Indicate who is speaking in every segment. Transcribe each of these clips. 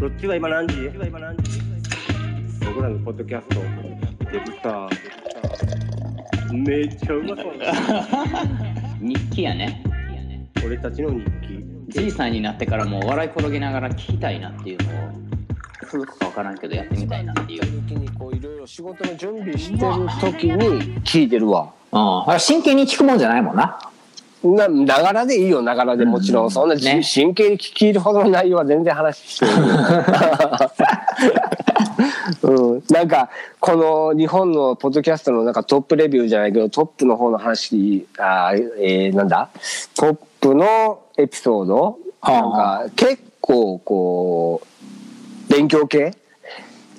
Speaker 1: どっちが今何時僕らのポッドキャストデブさめっちゃうまそう
Speaker 2: 日記やね
Speaker 1: 俺たちの日記
Speaker 2: じいさんになってからもう笑い転げながら聞きたいなっていうのを続くかわからんけどやってみたいなっていう
Speaker 3: 時にこういろいろ仕事の準備してる時に聞いてるわ。
Speaker 2: うん、あ真剣に聞くもんじゃないもんな。
Speaker 3: な、ながらでいいよ、ながらでもちろん。そんな、
Speaker 2: ね
Speaker 3: 真剣に聞き入るほどの内容は全然話してない。うん、なんかこの日本のポッドキャストのなんかトップレビューじゃないけどトップの方の話あー、えーなんだトップのエピソードなんか結構こう勉強系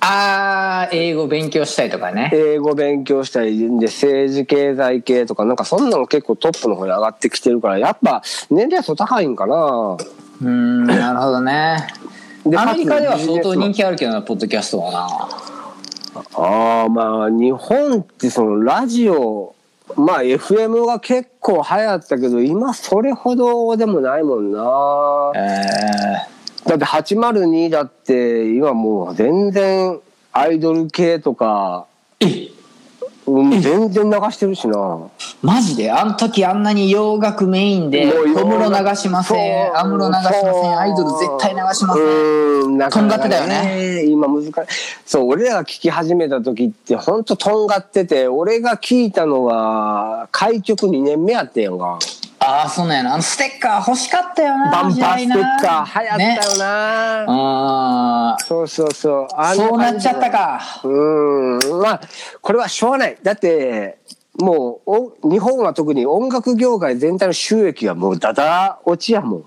Speaker 2: あー、英語勉強したいとかね。
Speaker 3: 英語勉強したりで政治経済系とかなんかそんなの結構トップの方に上がってきてるからやっぱ年齢層高いんかな
Speaker 2: うーん、なるほどね。
Speaker 3: で
Speaker 2: アメリカでは
Speaker 3: かつビジ
Speaker 2: 相
Speaker 3: ネス
Speaker 2: 当
Speaker 3: マン
Speaker 2: 人気あるけどな、ポッドキャストはな。
Speaker 3: ああまあ日本ってそのラジオまあ FM が結構流行ったけど今それほどでもないもんな
Speaker 2: え
Speaker 3: だって802だって今もう全然アイドル系とかうん全然流してるしな
Speaker 2: ー、マジであの時あんなに洋楽メインで、
Speaker 3: もう洋楽
Speaker 2: 小室流しませ、
Speaker 3: そうん
Speaker 2: 安室流しま
Speaker 3: そ
Speaker 2: せ、
Speaker 3: うん
Speaker 2: アイドル絶対流しません。
Speaker 3: うーん、なかなか
Speaker 2: とんがってたよね。
Speaker 3: 今難しい。そう、俺らが聞き始めた時って、ほんととんがってて、俺が聞いたのは、開局2年目やってんやんか。
Speaker 2: ああ、そうなんやな。あのステッカー欲しかったよな。
Speaker 3: バンパーステッカ
Speaker 2: 時代な
Speaker 3: ー、流行っ
Speaker 2: ね
Speaker 3: たよな、
Speaker 2: あ
Speaker 3: そうそうそう。
Speaker 2: あ、
Speaker 3: あん
Speaker 2: そうな
Speaker 3: 感
Speaker 2: っ
Speaker 3: じ
Speaker 2: ちゃった。か。
Speaker 3: うーん、まあ、これはしょうがない。だって、もうお、日本は特に音楽業界全体の収益がもうだだ落ちやもん。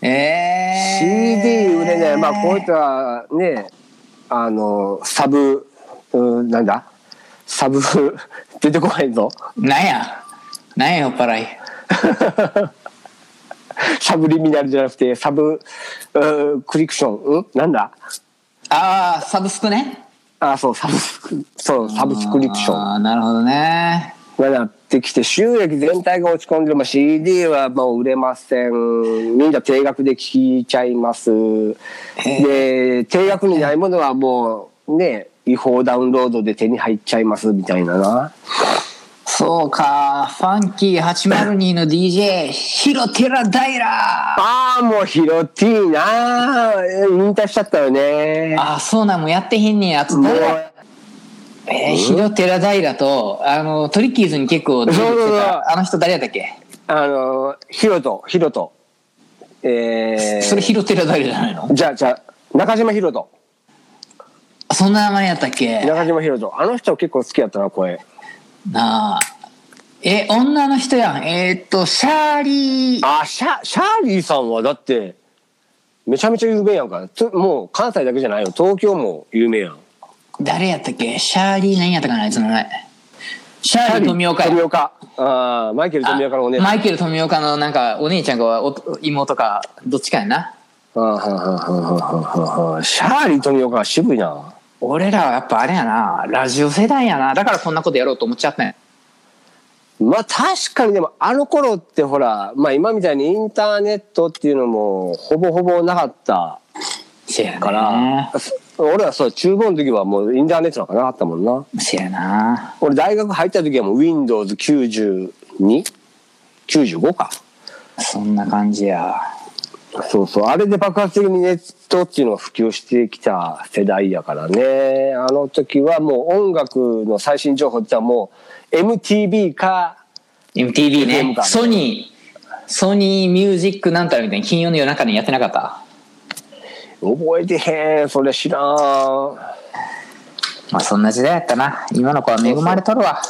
Speaker 2: えー、
Speaker 3: CD 売れない、まあ、こういったねあのサブうんなんだサブ 出てこないぞ
Speaker 2: なんやなんや酔っ払い
Speaker 3: サブリミナルじゃなくてサブうんクリクション、うん、なんだ
Speaker 2: ああサブスクね
Speaker 3: あそうサブスクそうサブスクリプション
Speaker 2: ああなるほどね
Speaker 3: がなってきて収益全体が落ち込んでる、まあ、CD はもう売れませんみんな定額で聞いちゃいますで定額にないものはもうね違法ダウンロードで手に入っちゃいますみたいなな。
Speaker 2: そうかファンキー802の DJ ヒロテラダイラー
Speaker 3: ああ、もうヒロティーなーえ引退しちゃったよね。
Speaker 2: ああそうなんもうやってへんねんやつ
Speaker 3: もう、
Speaker 2: えー、ヒロテラダイラとあのトリッキーズに結構出て
Speaker 3: そうそうそう
Speaker 2: たあの人誰やったっけ、
Speaker 3: あの、ヒロト、ヒロト。えー、
Speaker 2: それヒロテラダイラじゃないの
Speaker 3: じゃあ、じゃあ、中島ヒロト。
Speaker 2: そんな名前やったっけ
Speaker 3: 中島ヒロト。あの人結構好きやったな、声。
Speaker 2: なあえ女の人やんえーっとシャーリー
Speaker 3: あー、シャ、シャーリーさんはだって、めちゃめちゃ有名やんか。つもう関西だけじゃないよ。東京も有名やん。
Speaker 2: 誰やったっけシャーリー何やったかなあいつの名前。シャーリー富岡や
Speaker 3: 富岡。ああ、マイケル富岡のお姉
Speaker 2: あ
Speaker 3: さん。あ
Speaker 2: マイケル富岡のなんかお姉ちゃんかお妹かどっちかやな。
Speaker 3: ーはんはんはんはんはんはんシャーリー富岡は渋いな。
Speaker 2: 俺らはやっぱあれやな、ラジオ世代やな。だからこんなことやろうと思っちゃったんや。
Speaker 3: まあ確かにでもあの頃ってほら、まあ今みたいにインターネットっていうのもほぼほぼなかった
Speaker 2: せやね
Speaker 3: から、そ俺はそう中高の時はもうインターネットなんかなかったもんな。
Speaker 2: せやな。
Speaker 3: 俺大学入った時はもう Windows92?95 か。
Speaker 2: そんな感じや。
Speaker 3: そうそう。あれで爆発的にネットっていうのが普及してきた世代やからね。あの時はもう音楽の最新情報ってのはもう MTV か
Speaker 2: MTV
Speaker 3: そう
Speaker 2: ね。
Speaker 3: か
Speaker 2: ソニー、ソニーミュージックなんたらみたいな金曜の夜中にやってなかった。
Speaker 3: 覚えてへん。それ知らん。
Speaker 2: まあそんな時代やったな。今の子は恵まれとるわ。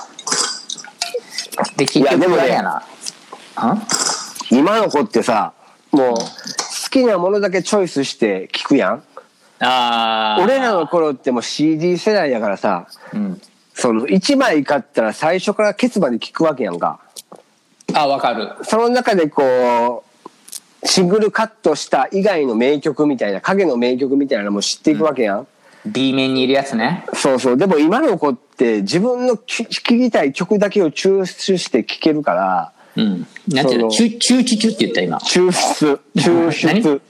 Speaker 2: で、結
Speaker 3: いやでも
Speaker 2: 局
Speaker 3: ね
Speaker 2: あれやな。ん
Speaker 3: 今の子ってさもう好きなものだけチョイスして聞くやん
Speaker 2: ああ。
Speaker 3: 俺らの頃ってもう CD 世代やからさ
Speaker 2: うん。
Speaker 3: その1枚買ったら最初からケツまで聞くわけやんか
Speaker 2: あ、わかる。
Speaker 3: その中でこうシングルカットした以外の名曲みたいな影の名曲みたいなのも知っていくわけやん、
Speaker 2: B 面にいるやつね。
Speaker 3: そうそうでも今の子って自分の聴きたい曲だけを抽出して聴けるから
Speaker 2: うん。なんていうの
Speaker 3: そ
Speaker 2: 中、中チチって言った今。
Speaker 3: 抽出、抽出
Speaker 2: 何、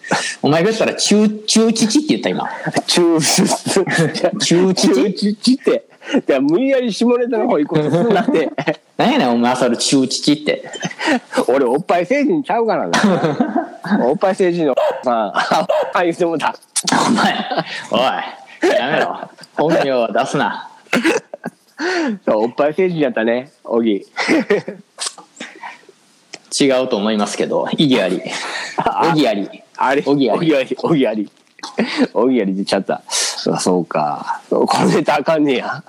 Speaker 2: お前が言ったら中、中チチって言った今。
Speaker 3: 抽出、
Speaker 2: 中チ
Speaker 3: 抽
Speaker 2: チ
Speaker 3: 出って、いや無理やり下ネタの方行こうとすんなって、
Speaker 2: 何やねん、お前それ中チチって。
Speaker 3: 俺おっぱい成人ちゃうからな。おっぱい成人のさん、ああ言ってもうた。
Speaker 2: お前、おい、やめろ。本名は出すな。
Speaker 3: そうおっぱい成人やったね、小木。
Speaker 2: 違うと思いますけど、意義あ り。おぎあり。
Speaker 3: あれ、
Speaker 2: おぎあ
Speaker 3: おぎ
Speaker 2: り。
Speaker 3: あり、おぎあり。おぎあり出ちゃった。あそうか。そうこれであかんねや。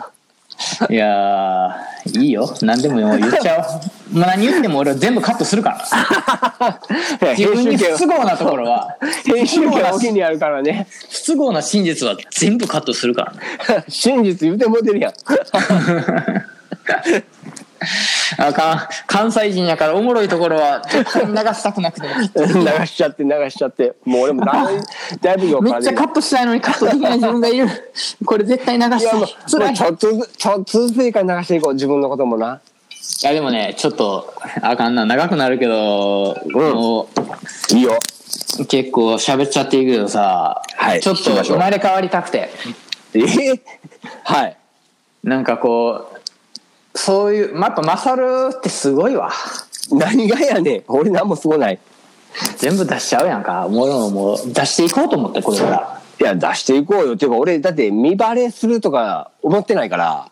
Speaker 2: いやー、いいよ。何でも言っちゃ おう。もう何言っても俺は全部カットするから。自分に
Speaker 3: 編集
Speaker 2: 不
Speaker 3: 権
Speaker 2: 都合なところは、
Speaker 3: 編集権
Speaker 2: 不都合な
Speaker 3: 小木にあるからね。
Speaker 2: 不都合な真実は全部カットするからね。
Speaker 3: 真実言うてもうてるやん。
Speaker 2: あかん。関西人やからおもろいところは絶対に流したくなくても。
Speaker 3: 流しちゃって流しちゃってもう俺もだいだいぶ酔っ
Speaker 2: め
Speaker 3: 払
Speaker 2: っちゃカ
Speaker 3: っ
Speaker 2: ットしたいのにカットできない自分がいる。 これ絶対流
Speaker 3: いや
Speaker 2: した
Speaker 3: も。
Speaker 2: いうつらい。い
Speaker 3: ちょっとずつちょっとずついいから流していこう自分のこともな
Speaker 2: やでもね、ちょっと、あかんな。長くなるけど、
Speaker 3: ん
Speaker 2: も
Speaker 3: いいよ
Speaker 2: う結構喋っちゃっていいけどさ、
Speaker 3: はい
Speaker 2: ちょっ
Speaker 3: 聞き
Speaker 2: と
Speaker 3: ましょ
Speaker 2: 生
Speaker 3: う
Speaker 2: まれ変わりたくて。
Speaker 3: えーはい
Speaker 2: なんかこう、そういう、やっぱマサルってすごいわ。
Speaker 3: 何がやねん俺何もすごない
Speaker 2: 全部出しちゃうやんか。もう、もう出していこうと思って、これから。
Speaker 3: いや出していこうよっていうか俺だって見バレするとか思ってないから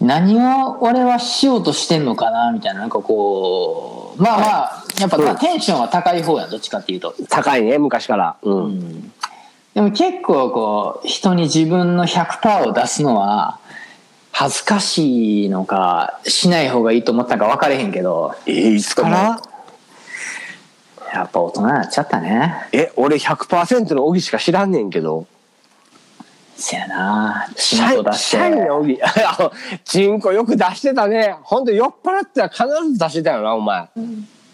Speaker 2: 何を俺はしようとしてんのかなみたいななんかこうまあまあ、やっぱ、
Speaker 3: うん
Speaker 2: テンションは高い方やんどっちかっていうと、
Speaker 3: 高いね昔からうん、
Speaker 2: うんでも結構こう人に自分の100%を出すのは恥ずかしいのかしない方がいいと思ったんか分かれへんけど
Speaker 3: えーいつから
Speaker 2: やっぱ大人になっちゃったね
Speaker 3: え俺100%の小木しか知らんねんけど
Speaker 2: せやな
Speaker 3: シ
Speaker 2: 仕
Speaker 3: ャ
Speaker 2: 事
Speaker 3: イ
Speaker 2: 出し
Speaker 3: シャイな
Speaker 2: て
Speaker 3: 小木 あのチンコよく出してたねほんと酔っ払ってたら必ず出してたよなお前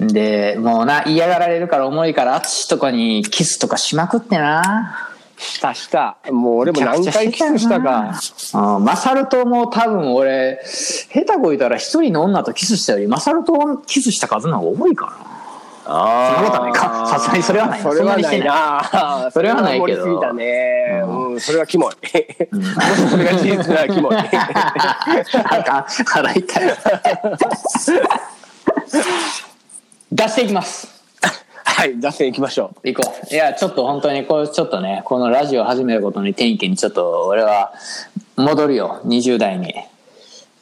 Speaker 2: でもうな嫌がられるから重いから淳とかにキスとかしまくってな
Speaker 3: したしたもう俺も何回キスしたか
Speaker 2: あーマサルとも多分俺下手こいたら一人の女とキスしたよりマサルとキスした数の方が多いか
Speaker 3: あ
Speaker 2: そんなことはないかさすがにそれはないな
Speaker 3: それはないな
Speaker 2: それはないけど
Speaker 3: それは盛りすぎたね
Speaker 2: うん
Speaker 3: うんそれはキモいもし それが事実ならキモい
Speaker 2: らあかん腹痛 い出していきます
Speaker 3: はい脱線いきましょ
Speaker 2: 行こういやちょっと本当にこうちょっとねこのラジオ始めることに転機にちょっと俺は戻るよ20代に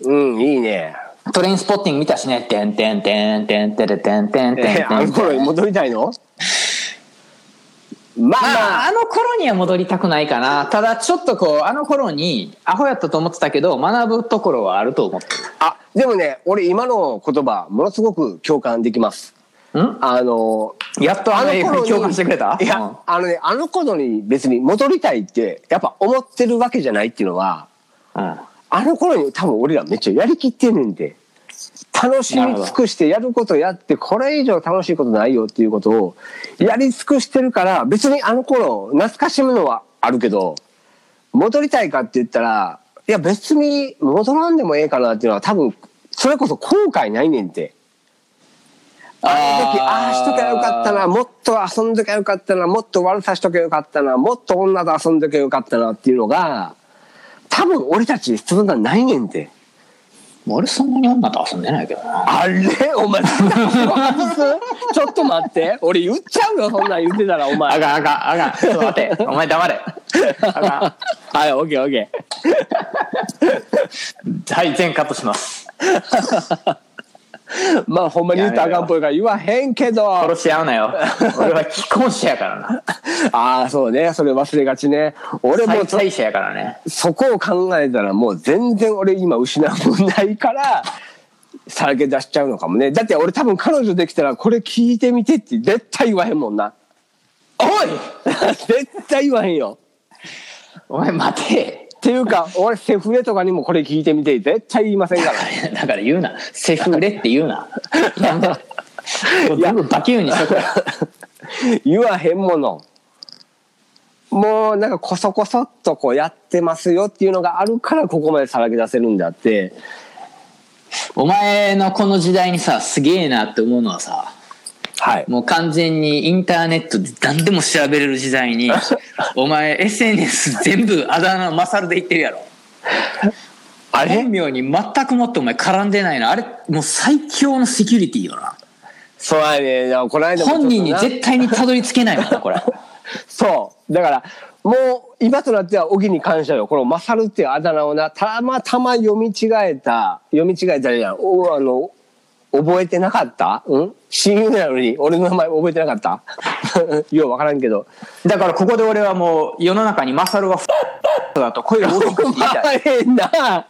Speaker 3: ううんいいね
Speaker 2: トレインスポッティング見たしね「てんてんてんてんてれてんてんてんてんて
Speaker 3: え
Speaker 2: ん」
Speaker 3: あの頃に戻りたいのま
Speaker 2: まあ、
Speaker 3: あ
Speaker 2: あの頃には戻りたくないかな。ただ、ちょっとこう、あの頃に、アホやったと思ってたけど、学ぶところはあると思って
Speaker 3: まああでもね俺今の言葉ものすごく共感できます
Speaker 2: る。ん
Speaker 3: あの
Speaker 2: やっとあの映画に
Speaker 3: に
Speaker 2: 共感してくれた
Speaker 3: いや、
Speaker 2: うん
Speaker 3: あのねあの頃に別に戻りたいってやっぱ思ってるわけじゃないっていうのは
Speaker 2: うん。
Speaker 3: あの頃に多分俺らめっちゃやりきってんねんで楽しみ尽くしてやることやってこれ以上楽しいことないよっていうことをやり尽くしてるから別にあの頃懐かしむのはあるけど戻りたいかって言ったらいや別に戻らんでもええかなっていうのは多分それこそ後悔ないねんて。あの時ああしときゃよかったなもっと遊んどきゃよかったなもっと悪さしときゃよかったなもっと女と遊んどきゃよかったなっていうのが多分俺たちそんなんないねんて
Speaker 2: 俺そんなに女と遊んでないけどな。
Speaker 3: あれお前そんなこと外すちょっと待って俺言っちゃうよそんなん言ってたらお前
Speaker 2: あかんあかんあかん。ちょっと待って。お前黙れ。あか
Speaker 3: はいオッケーオッケー
Speaker 2: ん。はい、全カットします。
Speaker 3: まあほんまに言ったらあかんっぽいから言わへんけど
Speaker 2: 殺し合うな よ。俺は既婚者やからな。
Speaker 3: ああそうねそれ忘れがちね俺も
Speaker 2: 再
Speaker 3: うちょ
Speaker 2: 妻者やからね。
Speaker 3: そこを考えたらもう全然俺今失うもんないからさらけ出しちゃうのかもねだって俺多分彼女できたらこれ聞いてみてって絶対言わへんもんな
Speaker 2: おい
Speaker 3: 絶対言わへんよ
Speaker 2: お前待て。
Speaker 3: っていうか俺セフレとかにもこれ聞いてみて絶対言いませんから
Speaker 2: だから言うな。セフレって言う な。やめろ。もう全部バキューにしとくよ。
Speaker 3: 言わへんものもうなんかこそこそっとこうやってますよっていうのがあるからここまでさらけ出せるんであって
Speaker 2: お前のこの時代にさ、すげえなって思うのはさ、
Speaker 3: はい。
Speaker 2: もう完全にインターネットで何でも調べれる時代 に、お前 SNS 全部あだ名のマサルで言ってるやろ。
Speaker 3: あれ
Speaker 2: 本名に全くもってお前絡んでないの。あれ、もう最強のセキュリティよな。
Speaker 3: そうやね。だからこの間もちょっと
Speaker 2: 本
Speaker 3: な
Speaker 2: 人に絶対にたどり着けないもんなこれ。
Speaker 3: そう。だから、もう、今となっては、小木に感謝よ。この、マサルっていうあだ名をな、たまたま読み違えた、読み違えたりや、お、あの、覚えてなかったうん親友なのに、俺の名前覚えてなかった ようわからんけど。
Speaker 2: だからここで俺はもう世の中にマサルはだと声を大きく言いたい。
Speaker 3: えな。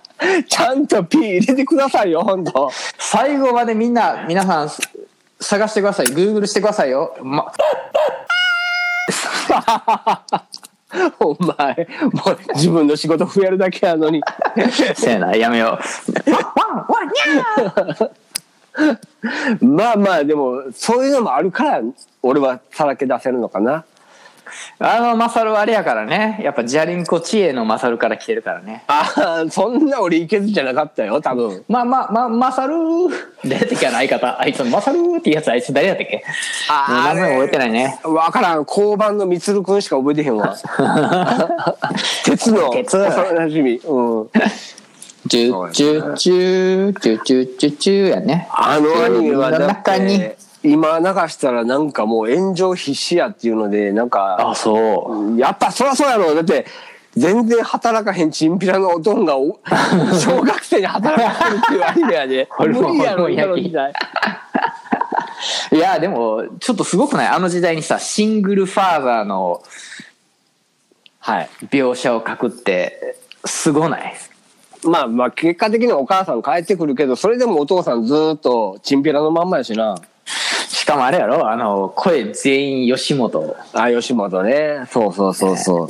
Speaker 3: ちゃんと P 入れてくださいよ、ほんと。
Speaker 2: 最後までみんな皆さんす探してください Google してくださいよ、ま、
Speaker 3: お前、もう自分の仕事増やるだけやのに。
Speaker 2: せやなやめようワンワンワンニャー
Speaker 3: まあまあ、でも、そういうのもあるから、俺はさらけ出せるのかな。
Speaker 2: あのマサルはあれやからねやっぱジャリンコ知恵のマサルから来てるからね
Speaker 3: ああ、そんな俺いけずじゃなかったよ、多分。
Speaker 2: まあまあまあマサル誰やったっけあの相方あいつのマサルっていうやつあいつ誰やったっけもう名前覚えてない ね
Speaker 3: わからん、交番のみつるくんしか覚えてへんわ。鉄の
Speaker 2: 鉄
Speaker 3: 幼なじみ。うん。
Speaker 2: チュチュチュチュチュチュチュやね
Speaker 3: あのアニメはだ
Speaker 2: 中
Speaker 3: っ
Speaker 2: に
Speaker 3: て、今流したらなんかもう炎上必死やっていうので、なんか、
Speaker 2: そう
Speaker 3: やっぱそらそうやろ、だって、全然働かへんチンピラのおとんが お小学生に働かせるっていうアニメやで、
Speaker 2: ホルモン
Speaker 3: 無理や
Speaker 2: ホルモ
Speaker 3: ろ
Speaker 2: ン
Speaker 3: 今の
Speaker 2: 焼き
Speaker 3: 時代
Speaker 2: いやでもちょっとすごくないあの時代にさシングルファーザーの
Speaker 3: はい
Speaker 2: 描写を書くってすごない
Speaker 3: まあまあ結果的にはお母さん帰ってくるけどそれでもお父さんずーっとチンピラのまんまやしな
Speaker 2: しかもあれやろあの声全員吉本
Speaker 3: あ吉本ねそうそうそうそう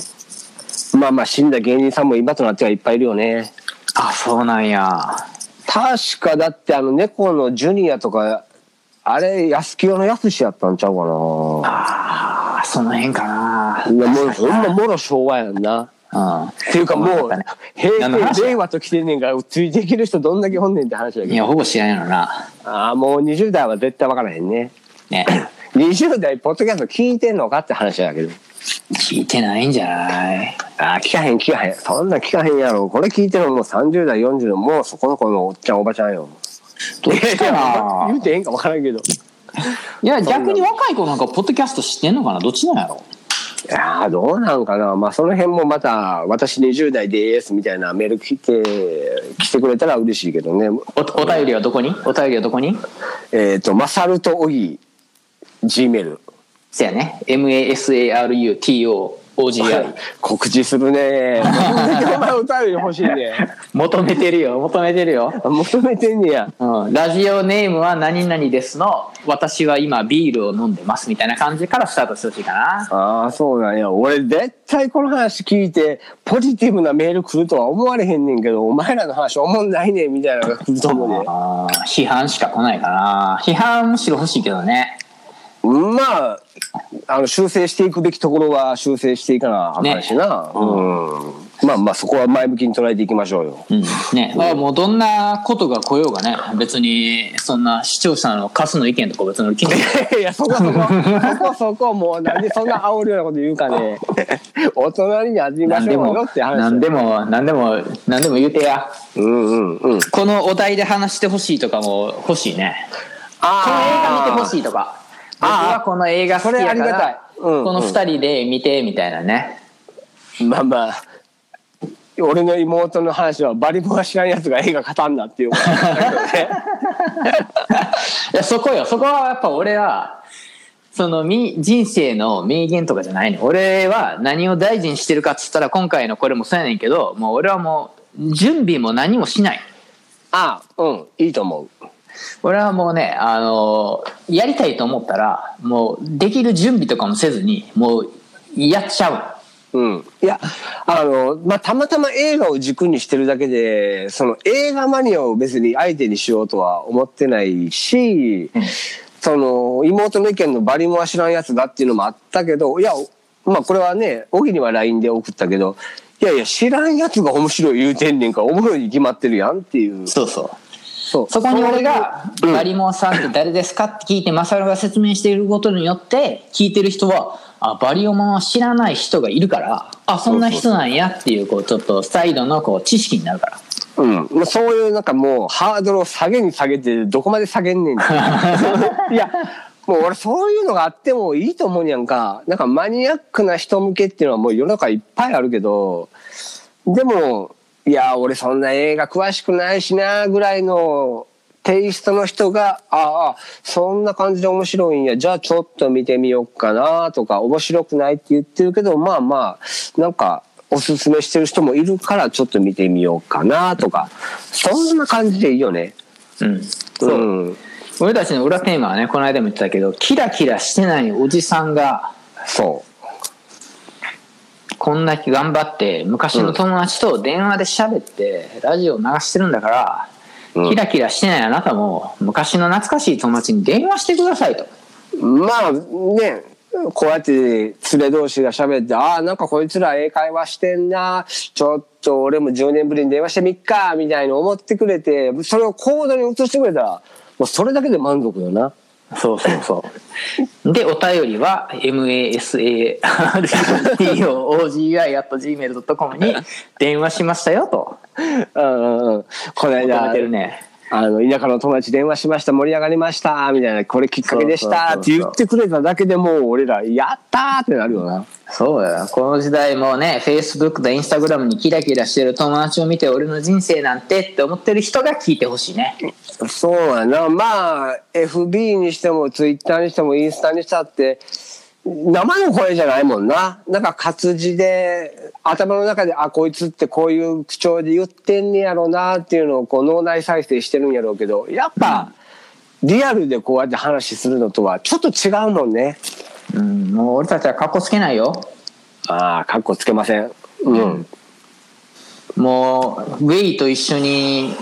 Speaker 3: まあまあ死んだ芸人さんも今となってはいっぱいいるよね
Speaker 2: あそうなんや
Speaker 3: 確かだってあの猫のジュニアとかあれ安清のやすしやったんちゃうかな
Speaker 2: あーその辺かない
Speaker 3: やもうほんまもろ昭和やんな
Speaker 2: うん
Speaker 3: っていうかもう平
Speaker 2: 何の話
Speaker 3: 成令和と来てんねんからついていける人どんだけおんねんって話だ
Speaker 2: い
Speaker 3: けど
Speaker 2: やほぼ知らんやろな
Speaker 3: ああもう20代は絶対分からへんね
Speaker 2: ね
Speaker 3: 20代ポッドキャスト聞いてんのかって話だけど
Speaker 2: 聞いてないんじゃない
Speaker 3: あー聞かへん聞かへんそんなん聞かへんやろこれ聞いてるのもう30代40のもうそこの子のおっちゃんおばちゃんよ
Speaker 2: どっちか
Speaker 3: いや言
Speaker 2: な
Speaker 3: うてええんか分からんけど
Speaker 2: いや逆に若い子なんかポッドキャスト知ってんのかなどっちなんやろ
Speaker 3: いやーどうなんかなまあその辺もまた私20代ですみたいなメール来て来てくれたら嬉しいけどね
Speaker 2: おお便りはどこにお便りはどこに
Speaker 3: えっ、と「マサルとオギ G メール
Speaker 2: せやね MASARUTOOGI」
Speaker 3: 告知するねお前歌うよ欲しいね
Speaker 2: 求めてるよ求めてるよ、
Speaker 3: あ求めてんねや
Speaker 2: うん、ラジオネームは何々ですの私は今ビールを飲んでますみたいな感じからスタートしてほしいかな
Speaker 3: ああそうなんや俺絶対この話聞いてポジティブなメール来るとは思われへんねんけどお前らの話おもんないねんみたいなのが来ると思うね
Speaker 2: あー批判しか来ないかな批判むしろ欲しいけどね
Speaker 3: まああの修正していくべきところは修正していかなあかんしな、うんまあまあそこは前向きに捉えていきましょうよ
Speaker 2: うんねまあもうどんなことが来ようがね別にそんな視聴者のカスの意見とか別に気に
Speaker 3: いやそこそこそこそこもうなんでそんな煽るようなこと言うかね大人に味ま
Speaker 2: 何
Speaker 3: し
Speaker 2: で
Speaker 3: ょ
Speaker 2: も
Speaker 3: うよって話
Speaker 2: 何でも何でも何でも言うてや
Speaker 3: うんうんうん
Speaker 2: このお題で話してほしいとかも欲しいねこの映画見てほしいとか僕
Speaker 3: あー
Speaker 2: はこの映画好きやから
Speaker 3: それありがたいうん
Speaker 2: この2人で見てみたいな ね
Speaker 3: まあまあ俺の妹の話はバリボが知らんやつが映画語んなっていうことだ けどね
Speaker 2: いやそこよそこはやっぱ俺はそのみ人生の名言とかじゃないの俺は何を大事にしてるかっつったら今回のこれもそうやねんけどもう俺はもう準備も何もしない
Speaker 3: ああうんいいと思う
Speaker 2: 俺はもうねあのやりたいと思ったらもうできる準備とかもせずにもうやっちゃ
Speaker 3: うん、いやあの、まあ、たまたま映画を軸にしてるだけでその映画マニアを別に相手にしようとは思ってないし、その妹の意見のバリモは知らんやつだっていうのもあったけどいや、まあ、これはね小木には LINE で送ったけどいやいや知らんやつが面白い言うてんねんから面白いに決まってるやんっていう
Speaker 2: うそうそう
Speaker 3: そう
Speaker 2: そこに俺が「バリモンさんって誰ですか?」って聞いてマサルが説明していることによって聞いてる人はあバリオマンは知らない人がいるからあそんな人なんやっていうこうちょっとサイドのこう知識になるから
Speaker 3: うん、もうそういうなんかもうハードルを下げに下げてどこまで下げんねんっていやもう俺そういうのがあってもいいと思うにやんかなんかマニアックな人向けっていうのはもう世の中いっぱいあるけどでもいや俺そんな映画詳しくないしなぐらいのテイストの人がああそんな感じで面白いんやじゃあちょっと見てみようかなとか面白くないって言ってるけどまあまあなんかおすすめしてる人もいるからちょっと見てみようかなとかそんな感じでいいよね。
Speaker 2: うん
Speaker 3: うん、
Speaker 2: 俺たちの裏テーマはねこの間も言ってたけどキラキラしてないおじさんが
Speaker 3: そ
Speaker 2: こんだけ頑張って昔の友達と電話で喋って、ラジオ流してるんだから、
Speaker 3: うん
Speaker 2: キラキラしてないあなたも昔の懐かしい友達に電話してくださいと
Speaker 3: うまあねこうやって連れ同士が喋って「ああなんかこいつら英会話してんなちょっと俺も10年ぶりに電話してみっか」みたいに思ってくれてそれを行動に移してくれたらもうそれだけで満足よな。
Speaker 2: そうそうそうでお便りは masartogi.gmail.com に電話しましたよと
Speaker 3: うんうんうん、この
Speaker 2: 求
Speaker 3: 間
Speaker 2: めてるね
Speaker 3: あの田舎の友達電話しました盛り上がりましたみたいなこれきっかけでし
Speaker 2: そ
Speaker 3: た
Speaker 2: う
Speaker 3: っ
Speaker 2: そう
Speaker 3: て
Speaker 2: そう
Speaker 3: 言
Speaker 2: そう
Speaker 3: ってくれただけでもう俺らやったーってなるよな
Speaker 2: そうだよこの時代もね Facebook と Instagram にキラキラしてる友達を見て俺の人生なんてって思ってる人が聞いてほしいね
Speaker 3: そうやなまあ FB にしても Twitter にしてもインスタにしたって生の声じゃないもんななんか活字で頭の中であこいつってこういう口調で言ってんねやろなっていうのをこう脳内再生してるんやろうけどやっぱ、リアルでこうやって話するのとはちょっと違うもんね
Speaker 2: うんもう俺たちは格好つけないよ
Speaker 3: ああかっこつけませんうん
Speaker 2: もうウェイと一緒に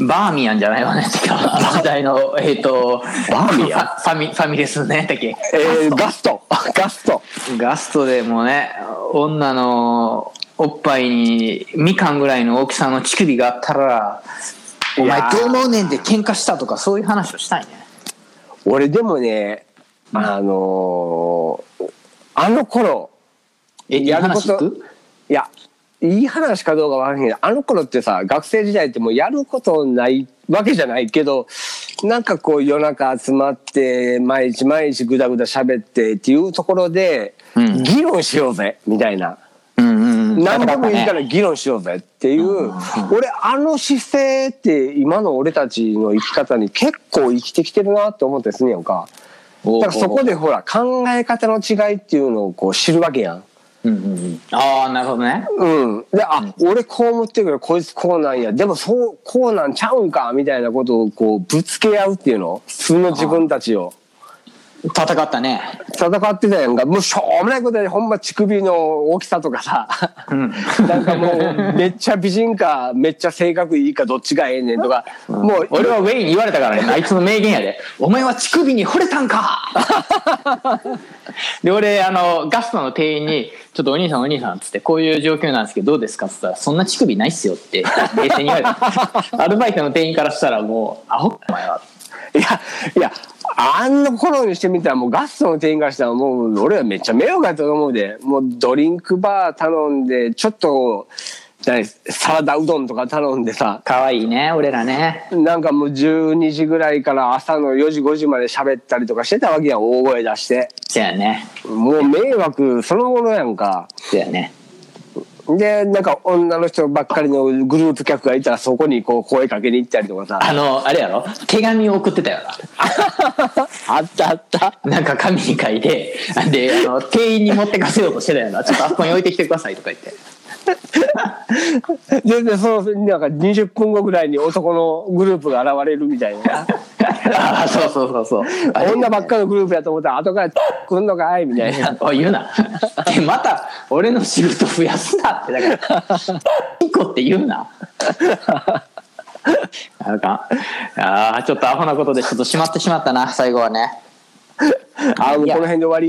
Speaker 2: バーミヤンじゃないわね てかあの時代のえっ、と
Speaker 3: バーミヤン
Speaker 2: ファファミファミレスねだっけ
Speaker 3: えー、ガスト ガスト
Speaker 2: ガストでもね女のおっぱいにみかんぐらいの大きさの乳首があったら「お
Speaker 3: い
Speaker 2: 前
Speaker 3: やー
Speaker 2: どう思うねん」で喧嘩したとかそういう話をしたいね
Speaker 3: 俺でもねあのーあの頃
Speaker 2: えいい
Speaker 3: やるこ
Speaker 2: 話聞
Speaker 3: と
Speaker 2: く
Speaker 3: いやいい話かどうかわからんけどあの頃ってさ学生時代ってもうやることないわけじゃないけどなんかこう夜中集まって毎日毎日ぐだぐだ喋ってっていうところで、
Speaker 2: うん
Speaker 3: 議論しようぜみたいな。
Speaker 2: うんうんうん
Speaker 3: 何でもいいから
Speaker 2: ね
Speaker 3: 議論しようぜっていう俺あの姿勢って今の俺たちの生き方に結構生きてきてるなって思ってすんやんかだからそこでほら考え方の違いっていうのをこう知るわけやん
Speaker 2: うんうんうんああなるほどね
Speaker 3: うんであ俺こう思ってるけどこいつこうなんやでもそうこうなんちゃうんかみたいなことをこうぶつけ合うっていうの素の自分たちを
Speaker 2: 戦ったね
Speaker 3: 戦ってたやんかもうしょうもないことでほんま乳首の大きさとかさ
Speaker 2: うん
Speaker 3: なんかもうめっちゃ美人かめっちゃ性格いいかどっちがええねんとか、もう
Speaker 2: 俺はウェイに言われたからねあいつの名言やで「お前は乳首に惚れたんか! 」で俺あのガストの店員に「ちょっとお兄さんお兄さん」っつって「こういう状況なんですけどどうですか?」っつったら「そんな乳首ないっすよ」って冷静に言われ たアルバイトの店員からしたらもう「アホかお前は」
Speaker 3: いやいやあんな頃にしてみたらもうガストの店員からしたらもう俺はめっちゃ迷惑やったと思うでもうドリンクバー頼んでちょっと何サラダうどんとか頼んでさ
Speaker 2: かわいいね俺らね
Speaker 3: なんかもう12時ぐらいから朝の4時5時まで喋ったりとかしてたわけやん大声出して
Speaker 2: そやね
Speaker 3: もう迷惑そのものやんか。
Speaker 2: そやね
Speaker 3: でなんか女の人ばっかりのグループ客がいたらそこにこう声かけに行ったりとかさ
Speaker 2: あのあれやろ手紙を送ってたよな
Speaker 3: あったあった
Speaker 2: なんか紙に書いてであの店員に持ってかせようとしてたよなちょっとあそこに置いてきてくださいとか言って
Speaker 3: ででそのなんか20分後ぐらいに男のグループが現れるみたいな
Speaker 2: ああそうそうそうそう
Speaker 3: 女ばっかのグループやと思ったら後から「来んのかい」みたいな
Speaker 2: お い言うなえまた俺の仕事増やすなってだから1個って言うなあかんあーちょっとアホなことでちょっとしまってしまったな最後はね
Speaker 3: あもうこの辺で終わり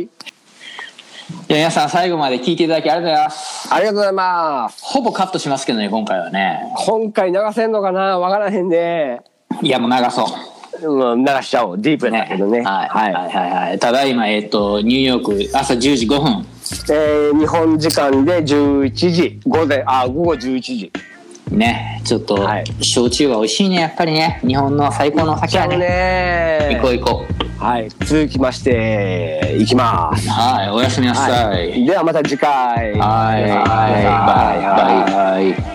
Speaker 2: いや皆さん最後まで聞いていただきありがとうございます
Speaker 3: ありがとうございます。
Speaker 2: ほぼカットしますけどね、今回はね。
Speaker 3: 今回流せんのかなわからへんで。
Speaker 2: いや、もう長そう。
Speaker 3: うん、流しちゃおう。ディープだけどね。
Speaker 2: はい、はい、はい、はい。ただいま、えっと、ニューヨーク朝10時5分。
Speaker 3: えー日本時間で11時、午前、あ、午後11時。
Speaker 2: ね、ちょっと、
Speaker 3: はい
Speaker 2: 焼酎は美味しいね、やっぱりね。日本の最高の酒は
Speaker 3: ゃう
Speaker 2: ね。
Speaker 3: ね
Speaker 2: 行こう行こ
Speaker 3: はい、続きまして、いきます
Speaker 2: う。。はい、おやすみなさい。
Speaker 3: ではまた次回。
Speaker 2: はい、はい、バイ、バイ。